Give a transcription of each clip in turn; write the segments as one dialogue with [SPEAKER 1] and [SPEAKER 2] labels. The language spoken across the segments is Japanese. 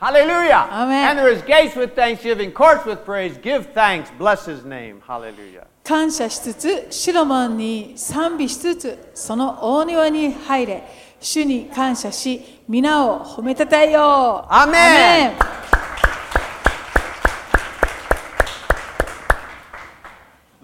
[SPEAKER 1] Hallelujah.
[SPEAKER 2] Amen.
[SPEAKER 1] And there is gates with thanksgiving, courts with praise. Give thanks. Bless his name. Hallelujah.
[SPEAKER 2] 感謝しつつ、シロモンに賛美しつつ、その大庭に入れ、主に感謝し、皆を褒めたたえよう。
[SPEAKER 1] アーメン
[SPEAKER 2] アーメン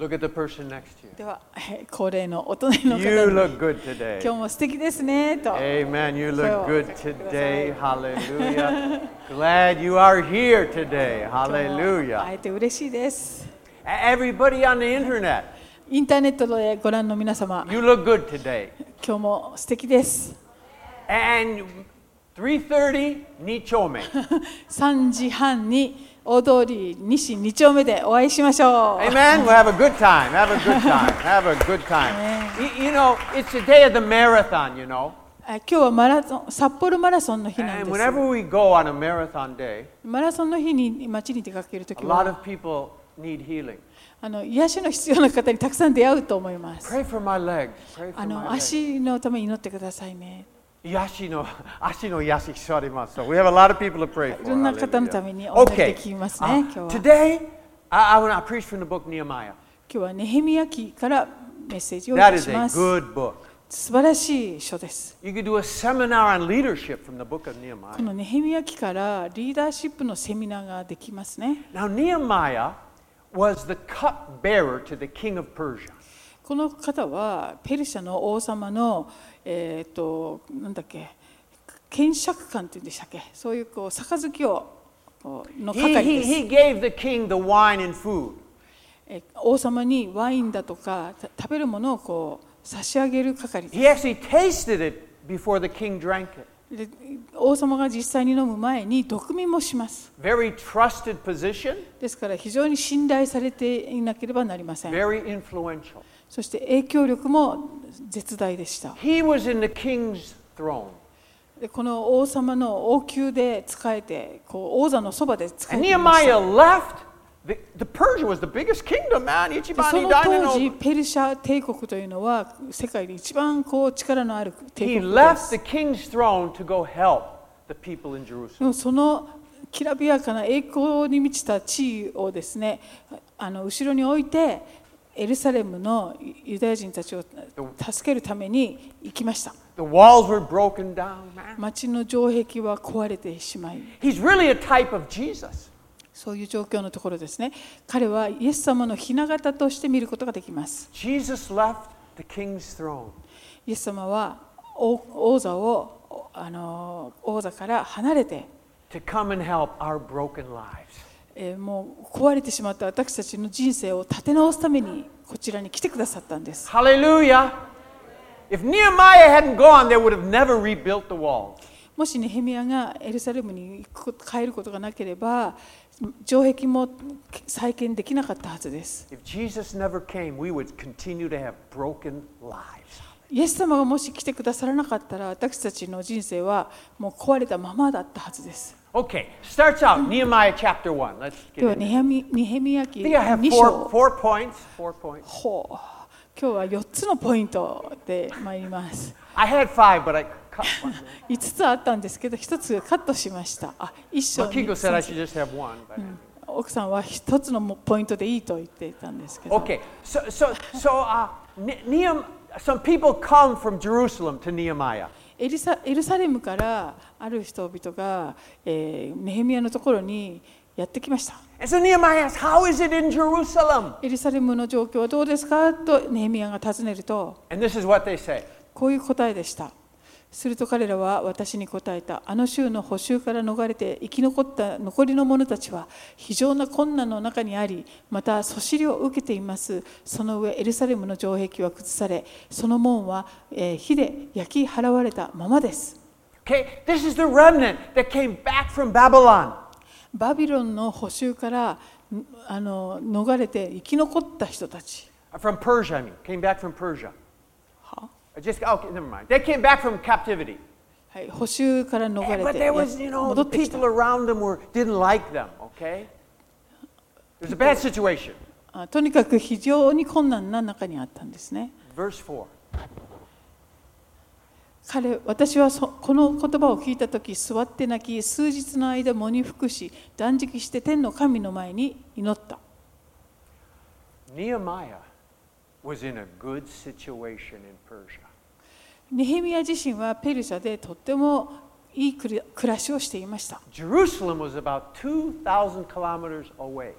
[SPEAKER 1] Look at the person next to you.
[SPEAKER 2] では、えー恒例のお隣の方
[SPEAKER 1] You
[SPEAKER 2] に
[SPEAKER 1] look good today.
[SPEAKER 2] 今日も素敵ですねと。
[SPEAKER 1] Amen. You look
[SPEAKER 2] So-
[SPEAKER 1] good today. Hallelujah. Glad you are here today.
[SPEAKER 2] 今日も会
[SPEAKER 1] Hallelujah. E-,
[SPEAKER 2] えて嬉しいです。
[SPEAKER 1] Everybody on the internet,
[SPEAKER 2] インターネットでご覧の皆様、
[SPEAKER 1] you look good today.
[SPEAKER 2] 今日も素敵です。
[SPEAKER 1] And 3:30 Nichome.
[SPEAKER 2] 3時半に大通り西2丁目でお会いしましょう。
[SPEAKER 1] Amen. We'll have a good time. Have a good time. Have a good time. Y- You, know, it's the day of the marathon, you know.
[SPEAKER 2] あ今日はマラソン札幌マラソンの日なん
[SPEAKER 1] And
[SPEAKER 2] です。
[SPEAKER 1] whenever we go on a marathon day,
[SPEAKER 2] マラソンの日に街に出かけるとき
[SPEAKER 1] a lot
[SPEAKER 2] は
[SPEAKER 1] of people need healing.
[SPEAKER 2] あの癒しの必要な方にたくさん出会うと思います。
[SPEAKER 1] Pray for my legs. Pray
[SPEAKER 2] あ
[SPEAKER 1] for
[SPEAKER 2] の
[SPEAKER 1] my legs.
[SPEAKER 2] 足のために祈ってくださいね。
[SPEAKER 1] Yashino, Ashino Yashisharimasu. So we have a lot of people to pray for.
[SPEAKER 2] いろんな方のためにお
[SPEAKER 1] Hallelujah.
[SPEAKER 2] 祈り
[SPEAKER 1] Okay.
[SPEAKER 2] できますね、
[SPEAKER 1] Uh,
[SPEAKER 2] 今日は。
[SPEAKER 1] today, I, I want to preach from the book Nehemiah.
[SPEAKER 2] 今日はネヘミヤ記からメッセージをお
[SPEAKER 1] That
[SPEAKER 2] 願い
[SPEAKER 1] is
[SPEAKER 2] し
[SPEAKER 1] a
[SPEAKER 2] ます。
[SPEAKER 1] good book.
[SPEAKER 2] 素晴らしい書です。
[SPEAKER 1] You could do a seminar on leadership from the book of Nehemiah.
[SPEAKER 2] このネヘミヤ記からリーダーシップのセミナーができますね。
[SPEAKER 1] Now, Nehemiah was the cupbearer to the king of Persia.
[SPEAKER 2] この方はペルシャの王様の、えっとなんだっけ検釈官っていうんでしたっけそういうこう杯をこうの
[SPEAKER 1] He,
[SPEAKER 2] 係
[SPEAKER 1] he,
[SPEAKER 2] です
[SPEAKER 1] he gave the king the wine and food.
[SPEAKER 2] え王様にワインだとかた食べるものをこう差し上げる係です
[SPEAKER 1] He actually tasted it before the king drank it.
[SPEAKER 2] で王様が実際に飲む前に毒味もします
[SPEAKER 1] Very trusted position,
[SPEAKER 2] ですから非常に信頼されていなければなりません
[SPEAKER 1] very influential.
[SPEAKER 2] そして影響力も絶大でした
[SPEAKER 1] He was in the king's throne.
[SPEAKER 2] でこの王様の王宮で仕えてこう王座のそばで仕え
[SPEAKER 1] And
[SPEAKER 2] ていました
[SPEAKER 1] Nehemiah left. The, the Persia was the biggest kingdom, man.
[SPEAKER 2] でそ
[SPEAKER 1] Ichiban Idainen
[SPEAKER 2] の当時
[SPEAKER 1] Ogu-
[SPEAKER 2] ペルシャ帝国というのは世界で一番こう力のある
[SPEAKER 1] He
[SPEAKER 2] 帝国で
[SPEAKER 1] left
[SPEAKER 2] す
[SPEAKER 1] the king's throne to go help the people in
[SPEAKER 2] で
[SPEAKER 1] Jerusalem.
[SPEAKER 2] もそのきらびやかな栄光に満ちた地位をですねあの後ろに置いてエルサレムのユダヤ人たちを助けるために行きました
[SPEAKER 1] The walls were broken down, man.
[SPEAKER 2] 町の城壁は壊れてしまい
[SPEAKER 1] He's really a type of Jesus.
[SPEAKER 2] そういう状況のところですね彼はイエス様の雛形として見ることができます
[SPEAKER 1] Jesus left the king's throne.
[SPEAKER 2] イエス様は王王座をおあの王座から離れて
[SPEAKER 1] to come and help our broken lives.
[SPEAKER 2] えーもう壊れてしまった私たちの人生を立て直すためにこちらに来てくださったんです
[SPEAKER 1] Hallelujah. If Nehemiah hadn't gone, they would have never rebuilt the walls.
[SPEAKER 2] もしネヘミヤがエルサレムに行くこと帰ることがなければ城壁も再建できなかったはずです
[SPEAKER 1] If Jesus never came, we would continue to have broken lives.
[SPEAKER 2] イエス様がもし来てくださらなかったら私たちの人生はもう壊れたままだったはずです
[SPEAKER 1] Okay, starts out Nehemiah chapter 1. Let's
[SPEAKER 2] で
[SPEAKER 1] get
[SPEAKER 2] は
[SPEAKER 1] in.
[SPEAKER 2] ネヘミネヘミヤ記
[SPEAKER 1] I think I have
[SPEAKER 2] 2
[SPEAKER 1] four,
[SPEAKER 2] 章
[SPEAKER 1] four points. Four points.
[SPEAKER 2] ほう今日は4つのポイントで参ります
[SPEAKER 1] I had five, but I cut one.
[SPEAKER 2] 5つあったんですけど1つカットしましたあ一章
[SPEAKER 1] Makiko
[SPEAKER 2] に
[SPEAKER 1] said I should just have one. But
[SPEAKER 2] 奥さんは一つのポイントでいいと言っていたんですけど、
[SPEAKER 1] okay, so so so uh, Ne- Nehem- some people come from Jerusalem to Nehemiah.
[SPEAKER 2] エリサエルサレムからある人々が、えーネヘミヤのところにやってきました。
[SPEAKER 1] And so Nehemiah asks, How is it in Jerusalem?
[SPEAKER 2] エルサレムの状況はどうですかとネヘミヤが尋ねると
[SPEAKER 1] And this is what they say
[SPEAKER 2] こういう答えでした。すると彼らは私に答えた。あの州の捕囚から逃れて生き残った残りの者たちは非常な困難の中にあり、またそしりを受けています。その上エルサレムの城壁は崩され、その門はえー火で焼き払われたままです。
[SPEAKER 1] Okay? This is the remnant that came back from Babylon.
[SPEAKER 2] バビロンの捕囚からんあの逃れて生き残った人たち
[SPEAKER 1] Uh, From Persia, I mean. Came back from Persia. I Just, okay, never mind. They came back from captivity.
[SPEAKER 2] はい、捕囚から逃
[SPEAKER 1] Yeah,
[SPEAKER 2] れ
[SPEAKER 1] but
[SPEAKER 2] て
[SPEAKER 1] there was, you know,
[SPEAKER 2] 戻
[SPEAKER 1] the
[SPEAKER 2] ってきた
[SPEAKER 1] people around them were, didn't like them, okay? It was a bad situation.
[SPEAKER 2] あとにかく非常に困難な中にあったんですね
[SPEAKER 1] Verse 4.
[SPEAKER 2] 彼私はそこの言葉を聞いた時座って泣き数日の間喪に服し断食して天の神の前に祈った
[SPEAKER 1] Nehemiah was in a good situation in Persia.
[SPEAKER 2] ネヘミヤ自身はペルシャでとってもいい暮ら暮らしをしていました
[SPEAKER 1] Jerusalem was about 2,000 kilometers away.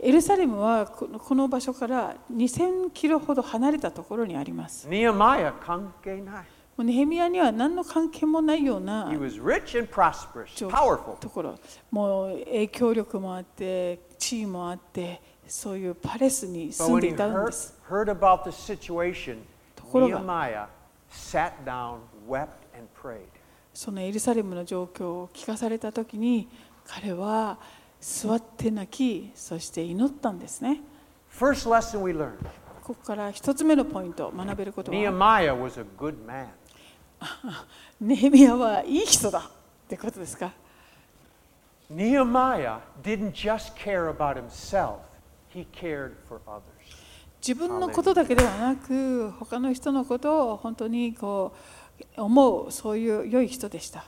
[SPEAKER 2] エルサレムはこのこの場所から2000キロほど離れたところにあります
[SPEAKER 1] Nehemiah, 関係ない.
[SPEAKER 2] もうネヘミヤには何の関係もないような
[SPEAKER 1] he was rich and prosperous,
[SPEAKER 2] 状
[SPEAKER 1] powerful.
[SPEAKER 2] ところもう影響力もあって地位もあってそういうパレスに
[SPEAKER 1] But
[SPEAKER 2] 住ん
[SPEAKER 1] when
[SPEAKER 2] で
[SPEAKER 1] he
[SPEAKER 2] いたんで
[SPEAKER 1] heard,
[SPEAKER 2] す
[SPEAKER 1] heard about the situation,
[SPEAKER 2] ところが。
[SPEAKER 1] Nehemiah sat down, wept, and prayed.
[SPEAKER 2] そのエルサレムの状況を聞かされた時に彼は座って泣きそして祈ったんですね
[SPEAKER 1] First lesson we learned
[SPEAKER 2] ここから一つ目のポイント学べることは
[SPEAKER 1] Nehemiah was a good man.
[SPEAKER 2] ネヘミヤはいい人だってことですか
[SPEAKER 1] Nehemiah didn't just care about himself, he cared for others.
[SPEAKER 2] 自分のことだけではなく他の人のことを本当にこう思うそういう良い人でした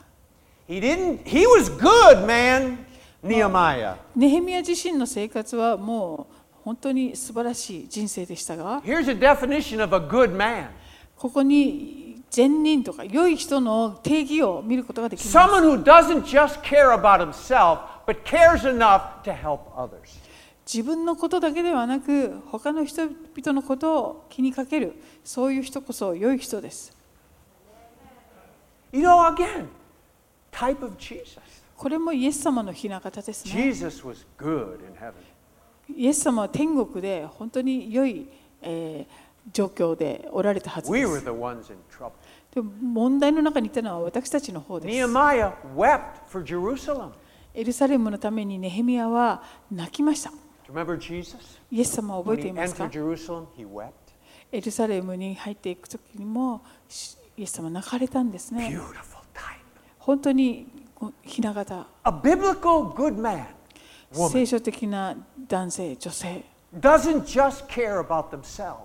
[SPEAKER 1] He didn't, he was good, man, Nehemiah.
[SPEAKER 2] ネヘミヤ自身の生活はもう本当に素晴らしい人生でしたが
[SPEAKER 1] Here's a definition of a good man
[SPEAKER 2] ここに善人とか良い人の定義を見ることができます
[SPEAKER 1] someone who doesn't just care about himself, but cares enough to help others.
[SPEAKER 2] 自分のことだけではなく他の人々のことを気にかけるそういう人こそ良い人です
[SPEAKER 1] You know, again, type of Jesus.
[SPEAKER 2] これもイエス様の雛形ですね
[SPEAKER 1] Jesus was good in heaven.
[SPEAKER 2] イエス様は天国で本当に良い、えー状況でおられたはず
[SPEAKER 1] We
[SPEAKER 2] で
[SPEAKER 1] were
[SPEAKER 2] す
[SPEAKER 1] the ones in trouble.
[SPEAKER 2] でも問題の中にいたのは私たちの方です
[SPEAKER 1] Nehemiah wept for Jerusalem.
[SPEAKER 2] エルサレムのためにネヘミヤは泣きました
[SPEAKER 1] Do you remember Jesus?
[SPEAKER 2] イエス様を覚
[SPEAKER 1] When
[SPEAKER 2] えて
[SPEAKER 1] he
[SPEAKER 2] いますか
[SPEAKER 1] entered Jerusalem, he wept.
[SPEAKER 2] エルサレムに入っていく時にもしイエス様泣かれたんですね
[SPEAKER 1] Beautiful type.
[SPEAKER 2] 本当にこう雛形
[SPEAKER 1] A biblical good man, woman,
[SPEAKER 2] 聖書的な男性女性
[SPEAKER 1] doesn't just care about themselves,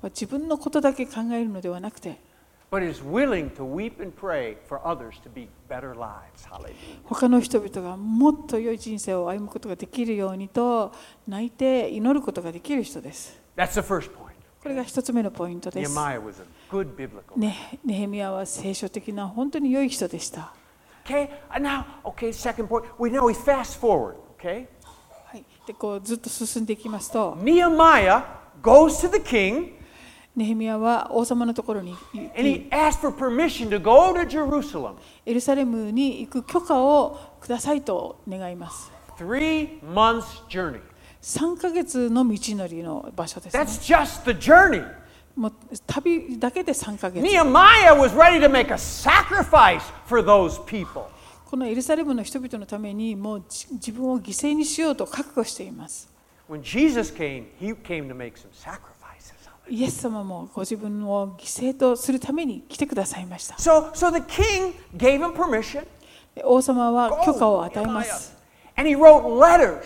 [SPEAKER 2] は自分のことだけ考えるのではなくて
[SPEAKER 1] but is willing to weep and pray for others to be better lives. Hallelujah.
[SPEAKER 2] 他の人々がもっと良い人生を歩むことができるようにと泣いて祈ることができる人です
[SPEAKER 1] That's the first point.
[SPEAKER 2] これが一つ目のポイントです
[SPEAKER 1] Nehemiah was a good biblical.
[SPEAKER 2] ねネヘミヤは聖書的な本当に良い人でした
[SPEAKER 1] Okay, and now, okay, second point. We now we fast forward, okay?
[SPEAKER 2] はい、でこうずっと進んでいきますと
[SPEAKER 1] Nehemiah goes to the king
[SPEAKER 2] ネヘミヤは王様のところに行
[SPEAKER 1] and
[SPEAKER 2] き
[SPEAKER 1] he asks for permission to go to Jerusalem.
[SPEAKER 2] エルサレムに行く許可をくださいと願います。
[SPEAKER 1] Three months' journey.
[SPEAKER 2] 3ヶ月の道のりの場所です、ね。
[SPEAKER 1] That's just the journey.
[SPEAKER 2] もう旅だけで3ヶ月。
[SPEAKER 1] Nehemiah was ready to make a sacrifice for those people.
[SPEAKER 2] このエルサレムの人々のためにもうじ自分を犠牲にしようと覚悟しています。
[SPEAKER 1] When Jesus came, he came to make some sacrifices.
[SPEAKER 2] イエス様もご自分を犠牲とするために来てくださいました。
[SPEAKER 1] So, so the king gave him permission.
[SPEAKER 2] で王様は許可を
[SPEAKER 1] Go,
[SPEAKER 2] 与えま
[SPEAKER 1] Nehemiah.
[SPEAKER 2] す。
[SPEAKER 1] And he wrote letters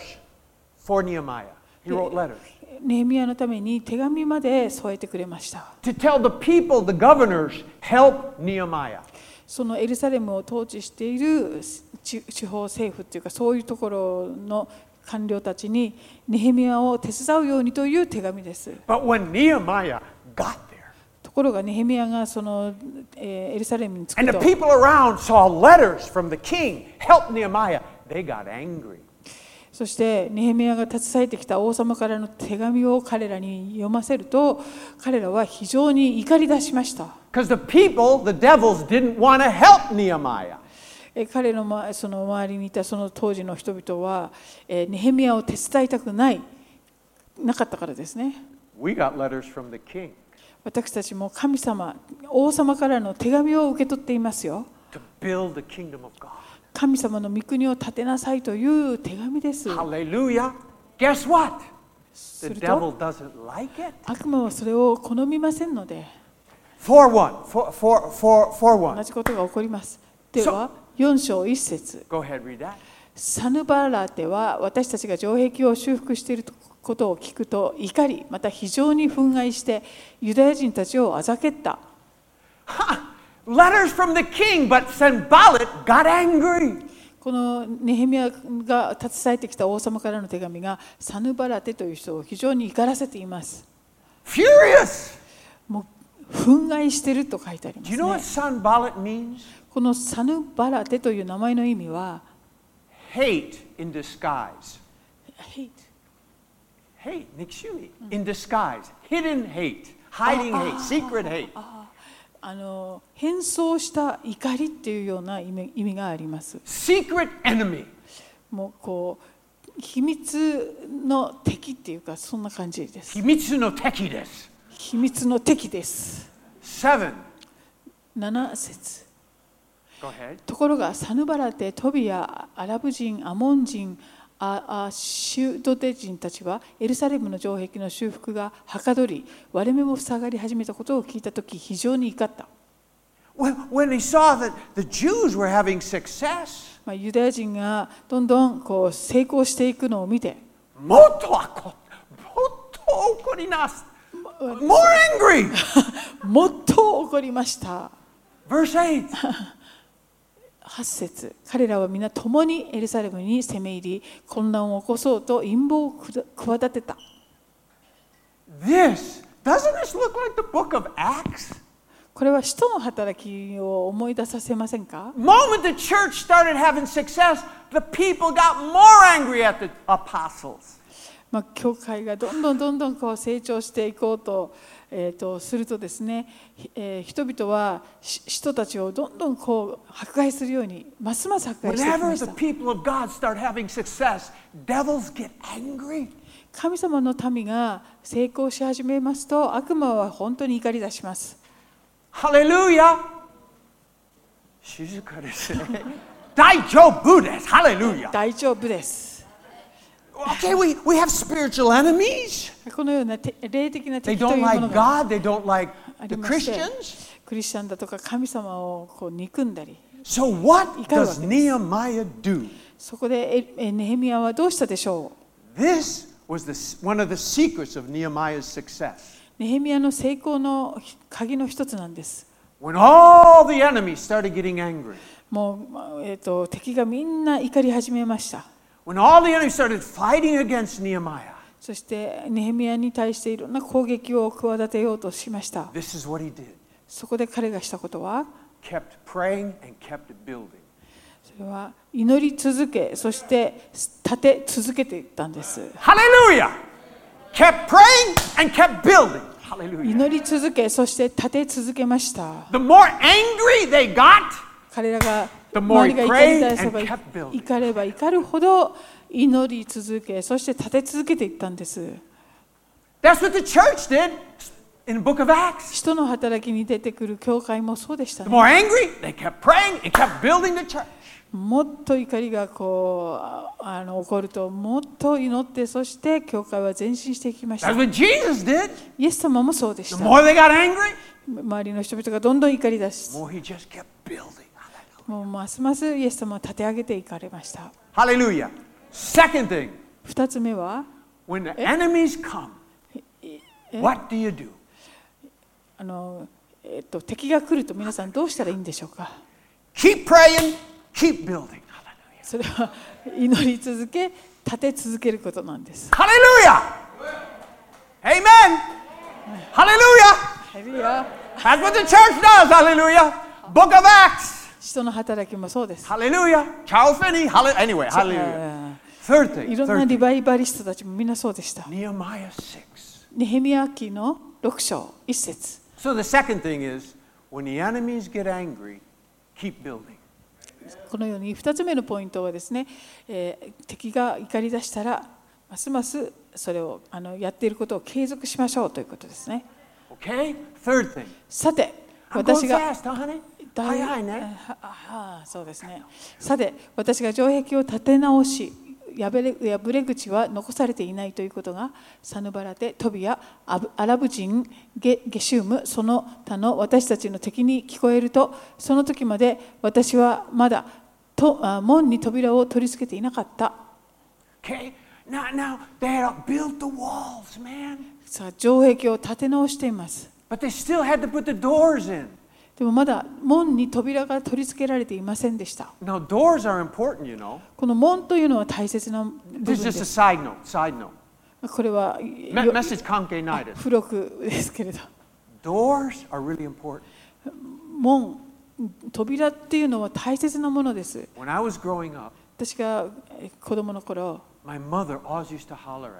[SPEAKER 1] for Nehemiah. He wrote letters
[SPEAKER 2] ネヘミヤのために手紙まで添えてくれました。
[SPEAKER 1] to tell the people, the governors, help Nehemiah.
[SPEAKER 2] そのエルサレムを統治している地地方政府というかそういうところの官僚たちにネヘミヤを手伝うようにという手紙です。
[SPEAKER 1] But when Nehemiah got there,
[SPEAKER 2] ところがネヘミヤがその、えーエルサレムに着
[SPEAKER 1] and
[SPEAKER 2] く
[SPEAKER 1] the
[SPEAKER 2] と
[SPEAKER 1] people around saw letters from the king, help Nehemiah, they got angry.
[SPEAKER 2] そしてネヘミヤが携えてきた王様からの手紙を彼らに読ませると彼らは非常に怒り出しました。
[SPEAKER 1] Because the people, the devils, didn't want to help Nehemiah.
[SPEAKER 2] えー彼の,、ま、その周りにいたその当時の人々は、えーネヘミヤを手伝いたくないなかったからですね。
[SPEAKER 1] We got letters from the king
[SPEAKER 2] 私たちも神様、王様からの手紙を受け取っていますよ。
[SPEAKER 1] to build the kingdom of God.
[SPEAKER 2] 神様の御国を立てなさいという手紙です。
[SPEAKER 1] Hallelujah. Guess what?
[SPEAKER 2] す
[SPEAKER 1] The
[SPEAKER 2] る
[SPEAKER 1] devil
[SPEAKER 2] と
[SPEAKER 1] doesn't like it.
[SPEAKER 2] 悪魔はそれを好みませんので
[SPEAKER 1] For one. For, for, for, for
[SPEAKER 2] 同
[SPEAKER 1] one.
[SPEAKER 2] じことが起こります。では4章1節
[SPEAKER 1] Go ahead, read that.
[SPEAKER 2] サヌバラテは私たちが城壁を修復していることを聞くと怒りまた非常に憤慨してユダヤ人たちをあざけった。
[SPEAKER 1] Ha! Letters from the king, but Sanballat got angry.
[SPEAKER 2] このネヘミヤが携えてきた王様からの手紙がサヌバラテという人を非常に怒らせています。
[SPEAKER 1] Furious.
[SPEAKER 2] もう憤慨してると書いてありま
[SPEAKER 1] Do
[SPEAKER 2] す、
[SPEAKER 1] you know what Sanballat
[SPEAKER 2] ね。
[SPEAKER 1] means?
[SPEAKER 2] このサヌバラテという名前の意味は
[SPEAKER 1] Hate in disguise. Hate, Nikshuni. In disguise. Hidden hate. Hiding hate. Secret hate.
[SPEAKER 2] あの変装した怒りっていうような意味意味があります。
[SPEAKER 1] Secret enemy.
[SPEAKER 2] もうこう秘密の敵っていうかそんな感じです。
[SPEAKER 1] Himitsu no teki desu.
[SPEAKER 2] 秘密の敵です。
[SPEAKER 1] Seven.
[SPEAKER 2] 7節
[SPEAKER 1] Go ahead.
[SPEAKER 2] ところがサヌバラテ、トビア、アラブ人、アモン人、アアシュドテ人たちはエルサレムの城壁の修復がはかどり割れ目も塞がり始めたことを聞いた時非常に怒った、
[SPEAKER 1] When when they saw that the Jews were having success,
[SPEAKER 2] まあ、ユダヤ人がどんどんこう成功していくのを見て
[SPEAKER 1] moto ako- moto okorinas. More angry.
[SPEAKER 2] もっと怒りました。
[SPEAKER 1] Verse 8.
[SPEAKER 2] 8節彼らは皆共にエルサレムに攻め入り混乱を起こそうと陰謀をくだ企てた
[SPEAKER 1] This. Doesn't this look like the book of Acts?
[SPEAKER 2] これは使徒の働きを思い出させませんか
[SPEAKER 1] moment the church started having success, the people got more angry at the apostles.
[SPEAKER 2] まあ、教会がどんどんどんどんこう成長していこうと,、えーとするとですね、ひえー人々はし使徒たちをどんどんこう迫害するようにますます迫害していき
[SPEAKER 1] Whenever
[SPEAKER 2] まし
[SPEAKER 1] the
[SPEAKER 2] た
[SPEAKER 1] people of God start having success, devils get angry.
[SPEAKER 2] 神様の民が成功し始めますと悪魔は本当に怒り出します
[SPEAKER 1] Hallelujah. Shizuka desu. Daijobu desu. Hallelujah.
[SPEAKER 2] 大丈夫です
[SPEAKER 1] Okay, we, we have spiritual enemies.
[SPEAKER 2] このようなて霊的な
[SPEAKER 1] They
[SPEAKER 2] 敵と
[SPEAKER 1] don't
[SPEAKER 2] いうもの
[SPEAKER 1] like
[SPEAKER 2] が
[SPEAKER 1] God, they don't like
[SPEAKER 2] あり
[SPEAKER 1] the
[SPEAKER 2] まして
[SPEAKER 1] Christians.
[SPEAKER 2] クリスチャンだとか神様をこう憎んだり
[SPEAKER 1] So, what does
[SPEAKER 2] いかがです？
[SPEAKER 1] Nehemiah do?
[SPEAKER 2] そこでええネヘミヤはどうしたでしょう
[SPEAKER 1] This was the, s- one of the secrets of Nehemiah's success.
[SPEAKER 2] ネヘミヤの成功のひ鍵の一つなんです。
[SPEAKER 1] When all the enemies started getting angry,
[SPEAKER 2] もう、まあえー、と敵がみんな怒り始めました。
[SPEAKER 1] when all the enemies started fighting against Nehemiah,
[SPEAKER 2] そしてネヘミヤに対していろんな攻撃を企てようとしました。
[SPEAKER 1] this is what he did.
[SPEAKER 2] そこで彼がしたことは、
[SPEAKER 1] Kept praying and kept building.
[SPEAKER 2] それは祈り続け、そして立て続けていったんです。
[SPEAKER 1] Hallelujah! Kept praying and kept building. Hallelujah.
[SPEAKER 2] 祈り続け、そして立て続けました。
[SPEAKER 1] The more angry they got,
[SPEAKER 2] 彼らが
[SPEAKER 1] The more
[SPEAKER 2] 周りが怒り出せ
[SPEAKER 1] he prayed
[SPEAKER 2] ば
[SPEAKER 1] and kept building.
[SPEAKER 2] 怒れば怒るほど祈り続けそして立て続けていったんです
[SPEAKER 1] that's what the church did in the book of Acts.
[SPEAKER 2] 人の働きに出てくる教会もそうでした
[SPEAKER 1] The
[SPEAKER 2] ね
[SPEAKER 1] more angry, they kept praying and kept building the church.
[SPEAKER 2] もっと怒りがこうああの起こるともっと祈ってそして教会は前進していきました
[SPEAKER 1] That's what Jesus did.
[SPEAKER 2] イエス様もそうでし
[SPEAKER 1] The
[SPEAKER 2] た
[SPEAKER 1] more they got angry,
[SPEAKER 2] 周りの人々がどんどん怒り出し
[SPEAKER 1] the more he just kept building.
[SPEAKER 2] もうますますイエス様を立て上げていかれました
[SPEAKER 1] Hallelujah. Second thing,
[SPEAKER 2] 二つ目は
[SPEAKER 1] When the enemies come, what do you do?
[SPEAKER 2] あの、えっと、敵が来ると皆さんどうしたらいいんでしょうか
[SPEAKER 1] Keep praying, keep building.
[SPEAKER 2] それは祈り続け立て続けることなんです
[SPEAKER 1] Hallelujah. Amen. Hallelujah. That's what the church does. Hallelujah. Book of Acts.
[SPEAKER 2] 人の働きもそうです
[SPEAKER 1] Hallelujah. Charles Finney. Halle- anyway, hallelujah.
[SPEAKER 2] あ
[SPEAKER 1] Third
[SPEAKER 2] ーい
[SPEAKER 1] thing.
[SPEAKER 2] ろんな
[SPEAKER 1] Third
[SPEAKER 2] リ
[SPEAKER 1] thing.
[SPEAKER 2] バイバリストたちもみんなそうでした
[SPEAKER 1] Nehemiah 6.
[SPEAKER 2] ネヘミヤ記の6章1節
[SPEAKER 1] So the second thing is when the enemies get angry, keep building.
[SPEAKER 2] このように2つ目のポイントはですね、えー敵が怒り出したらますますそれをあのやっていることを継続しましょうということですね
[SPEAKER 1] Okay? Third thing.
[SPEAKER 2] さて
[SPEAKER 1] I'm going
[SPEAKER 2] 私が
[SPEAKER 1] fast, huh, honey?
[SPEAKER 2] 大
[SPEAKER 1] 早いね
[SPEAKER 2] ははそうですねさて私が城壁を立て直し破れ破れ口は残されていないということがサヌバラテトビアアブアラブ人ゲゲシウムその他の私たちの敵に聞こえるとその時まで私はまだとあ門に扉を取り付けていなかった
[SPEAKER 1] Okay? Now, now they had built the walls, man.
[SPEAKER 2] さあ城壁を立て直しています
[SPEAKER 1] But they still had to put the doors in.
[SPEAKER 2] でもまだ門に扉が取り付けられていませんでした
[SPEAKER 1] Now, doors are important, you know.
[SPEAKER 2] この門というのは大切な部分で
[SPEAKER 1] This is just a
[SPEAKER 2] す
[SPEAKER 1] side note, side note.
[SPEAKER 2] これは
[SPEAKER 1] Me-
[SPEAKER 2] よ
[SPEAKER 1] message concaenitis.
[SPEAKER 2] 付録ですけれど
[SPEAKER 1] Doors are really important.
[SPEAKER 2] 門扉っていうのは大切なものです
[SPEAKER 1] When I was growing up,
[SPEAKER 2] 私がえ子供の頃
[SPEAKER 1] my mother always used to holler at me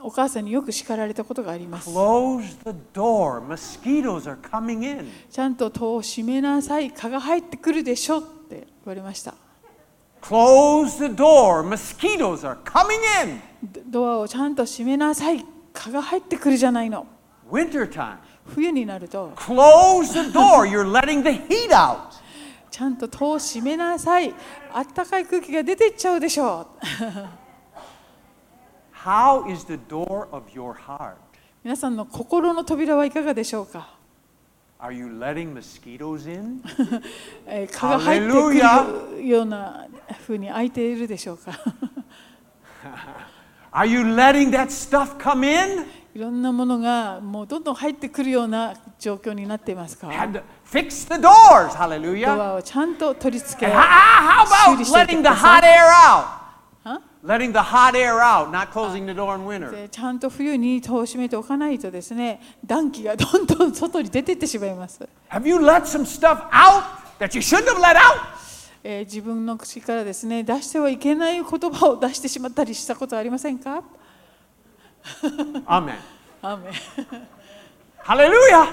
[SPEAKER 2] お母さんによく叱られたことがあります
[SPEAKER 1] Close the door, mosquitoes are coming in.
[SPEAKER 2] ちゃんと戸を閉めなさい蚊が入ってくるでしょって言われました
[SPEAKER 1] Close the door, mosquitoes are coming in.
[SPEAKER 2] ドドアをちゃんと閉めなさい蚊が入ってくるじゃないの
[SPEAKER 1] Wintertime,
[SPEAKER 2] 冬になると
[SPEAKER 1] close the door, you're letting the heat out.
[SPEAKER 2] ちゃんと戸を閉めなさいあったかい空気が出てっちゃうでしょ
[SPEAKER 1] How is the door of your heart?
[SPEAKER 2] 皆さんの心の扉はいかがでしょうか
[SPEAKER 1] Are you letting mosquitoes in?
[SPEAKER 2] えー蚊が入ってくるような風に開いているでしょうか
[SPEAKER 1] Are you letting that stuff come in?
[SPEAKER 2] いろんなものがもうどんどん入ってくるような状況になっていますか
[SPEAKER 1] And fix the doors,
[SPEAKER 2] ド
[SPEAKER 1] hallelujah.
[SPEAKER 2] アをちゃんと取り付け
[SPEAKER 1] And ho- ah, how about
[SPEAKER 2] Shuri
[SPEAKER 1] letting the
[SPEAKER 2] Shinto-san.
[SPEAKER 1] hot air out?
[SPEAKER 2] は
[SPEAKER 1] Letting the hot air out, not closing the door in winter.
[SPEAKER 2] でちゃんと冬に戸を閉めておかないとですね暖気がどんどん外に出てってしまいます、
[SPEAKER 1] Have you let some stuff out that you shouldn't have let out?
[SPEAKER 2] えー自分の口からですね出してはいけない言葉を出してしまったりしたことありませんか
[SPEAKER 1] Amen.
[SPEAKER 2] アーメン
[SPEAKER 1] Hallelujah.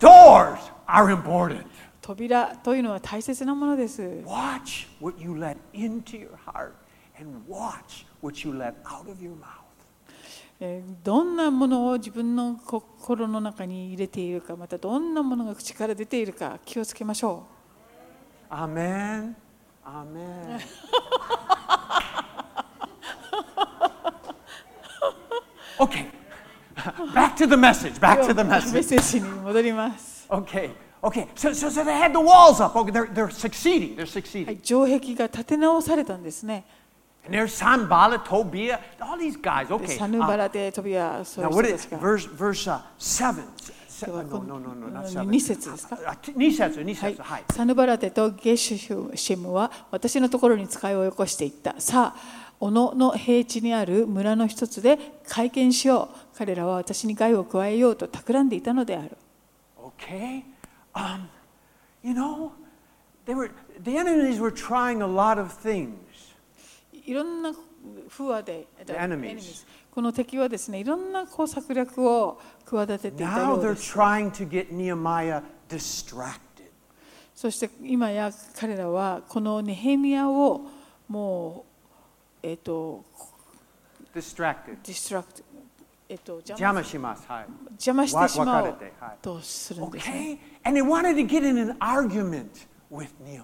[SPEAKER 1] Doors are important.
[SPEAKER 2] 扉というのは大切なものです
[SPEAKER 1] Watch what you let into your heart and watch what you let out of your mouth.
[SPEAKER 2] えーどんなものを自分の心の中に入れているかまたどんなものが口から出ているか気をつけましょう
[SPEAKER 1] Amen. Amen. okay. Back to the message. Back to the
[SPEAKER 2] メッ
[SPEAKER 1] message.
[SPEAKER 2] セージに戻ります、
[SPEAKER 1] Okay. Okay. So, so, so they had the walls up. Okay. They're, they're succeeding. They're
[SPEAKER 2] は
[SPEAKER 1] succeeding.
[SPEAKER 2] い、城壁が立て直されたんですね
[SPEAKER 1] And there's Sanballat, Tobiah, all these guys.
[SPEAKER 2] で
[SPEAKER 1] Okay.
[SPEAKER 2] サヌ
[SPEAKER 1] uh,
[SPEAKER 2] バラテトビアそうい
[SPEAKER 1] now
[SPEAKER 2] う
[SPEAKER 1] what
[SPEAKER 2] 人た
[SPEAKER 1] is
[SPEAKER 2] ちが
[SPEAKER 1] verse verse uh, seven? Se-
[SPEAKER 2] So,
[SPEAKER 1] no,
[SPEAKER 2] uh,
[SPEAKER 1] no, no, no,
[SPEAKER 2] uh,
[SPEAKER 1] not seven.
[SPEAKER 2] 二節ですか
[SPEAKER 1] Uh, uh, Nisetsu,
[SPEAKER 2] はい
[SPEAKER 1] nisetsu, hi.、
[SPEAKER 2] サヌバラテとゲシュシムは私のところに使いをよこしていった。さあ、小野の平地にある村の一つで会見しよう。彼らは私に害を加えようと企んでいたのである。
[SPEAKER 1] Okay. Um, you know, they were the enemies were trying a lot of things.
[SPEAKER 2] いろんな不和で、えっと
[SPEAKER 1] The enemies.
[SPEAKER 2] enemies この敵はですね、いろんなこう策略を企てていた
[SPEAKER 1] Now
[SPEAKER 2] よう
[SPEAKER 1] they're
[SPEAKER 2] です。
[SPEAKER 1] trying to get Nehemiah distracted.
[SPEAKER 2] そして今や彼らはこのネヘミヤをもう、えっと、
[SPEAKER 1] Distracted.
[SPEAKER 2] ディストラクト、えっと、邪魔
[SPEAKER 1] Jamashimas, hi.
[SPEAKER 2] 邪魔してしまおう
[SPEAKER 1] わ別れてはい
[SPEAKER 2] とするんですね。
[SPEAKER 1] Okay. And they wanted to get in an argument with Nehemiah.